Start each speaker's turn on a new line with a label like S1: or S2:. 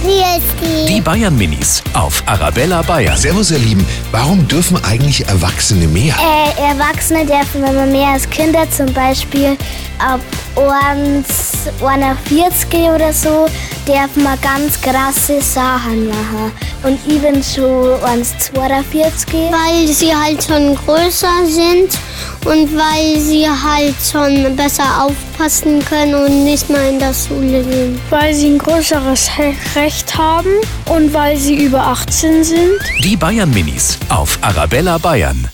S1: Christi.
S2: Die Bayern Minis auf Arabella Bayern.
S3: Servus, ihr Lieben. Warum dürfen eigentlich Erwachsene mehr?
S1: Äh, Erwachsene dürfen immer mehr als Kinder, zum Beispiel ab 1, 41 oder so, dürfen wir ganz krasse Sachen machen. Und ich bin schon 1,42. Weil sie halt schon größer sind und weil sie halt schon besser aufpassen können und nicht mehr in der Schule sind.
S4: weil sie ein größeres He- Recht haben und weil sie über 18 sind.
S2: Die Bayern Minis auf Arabella Bayern.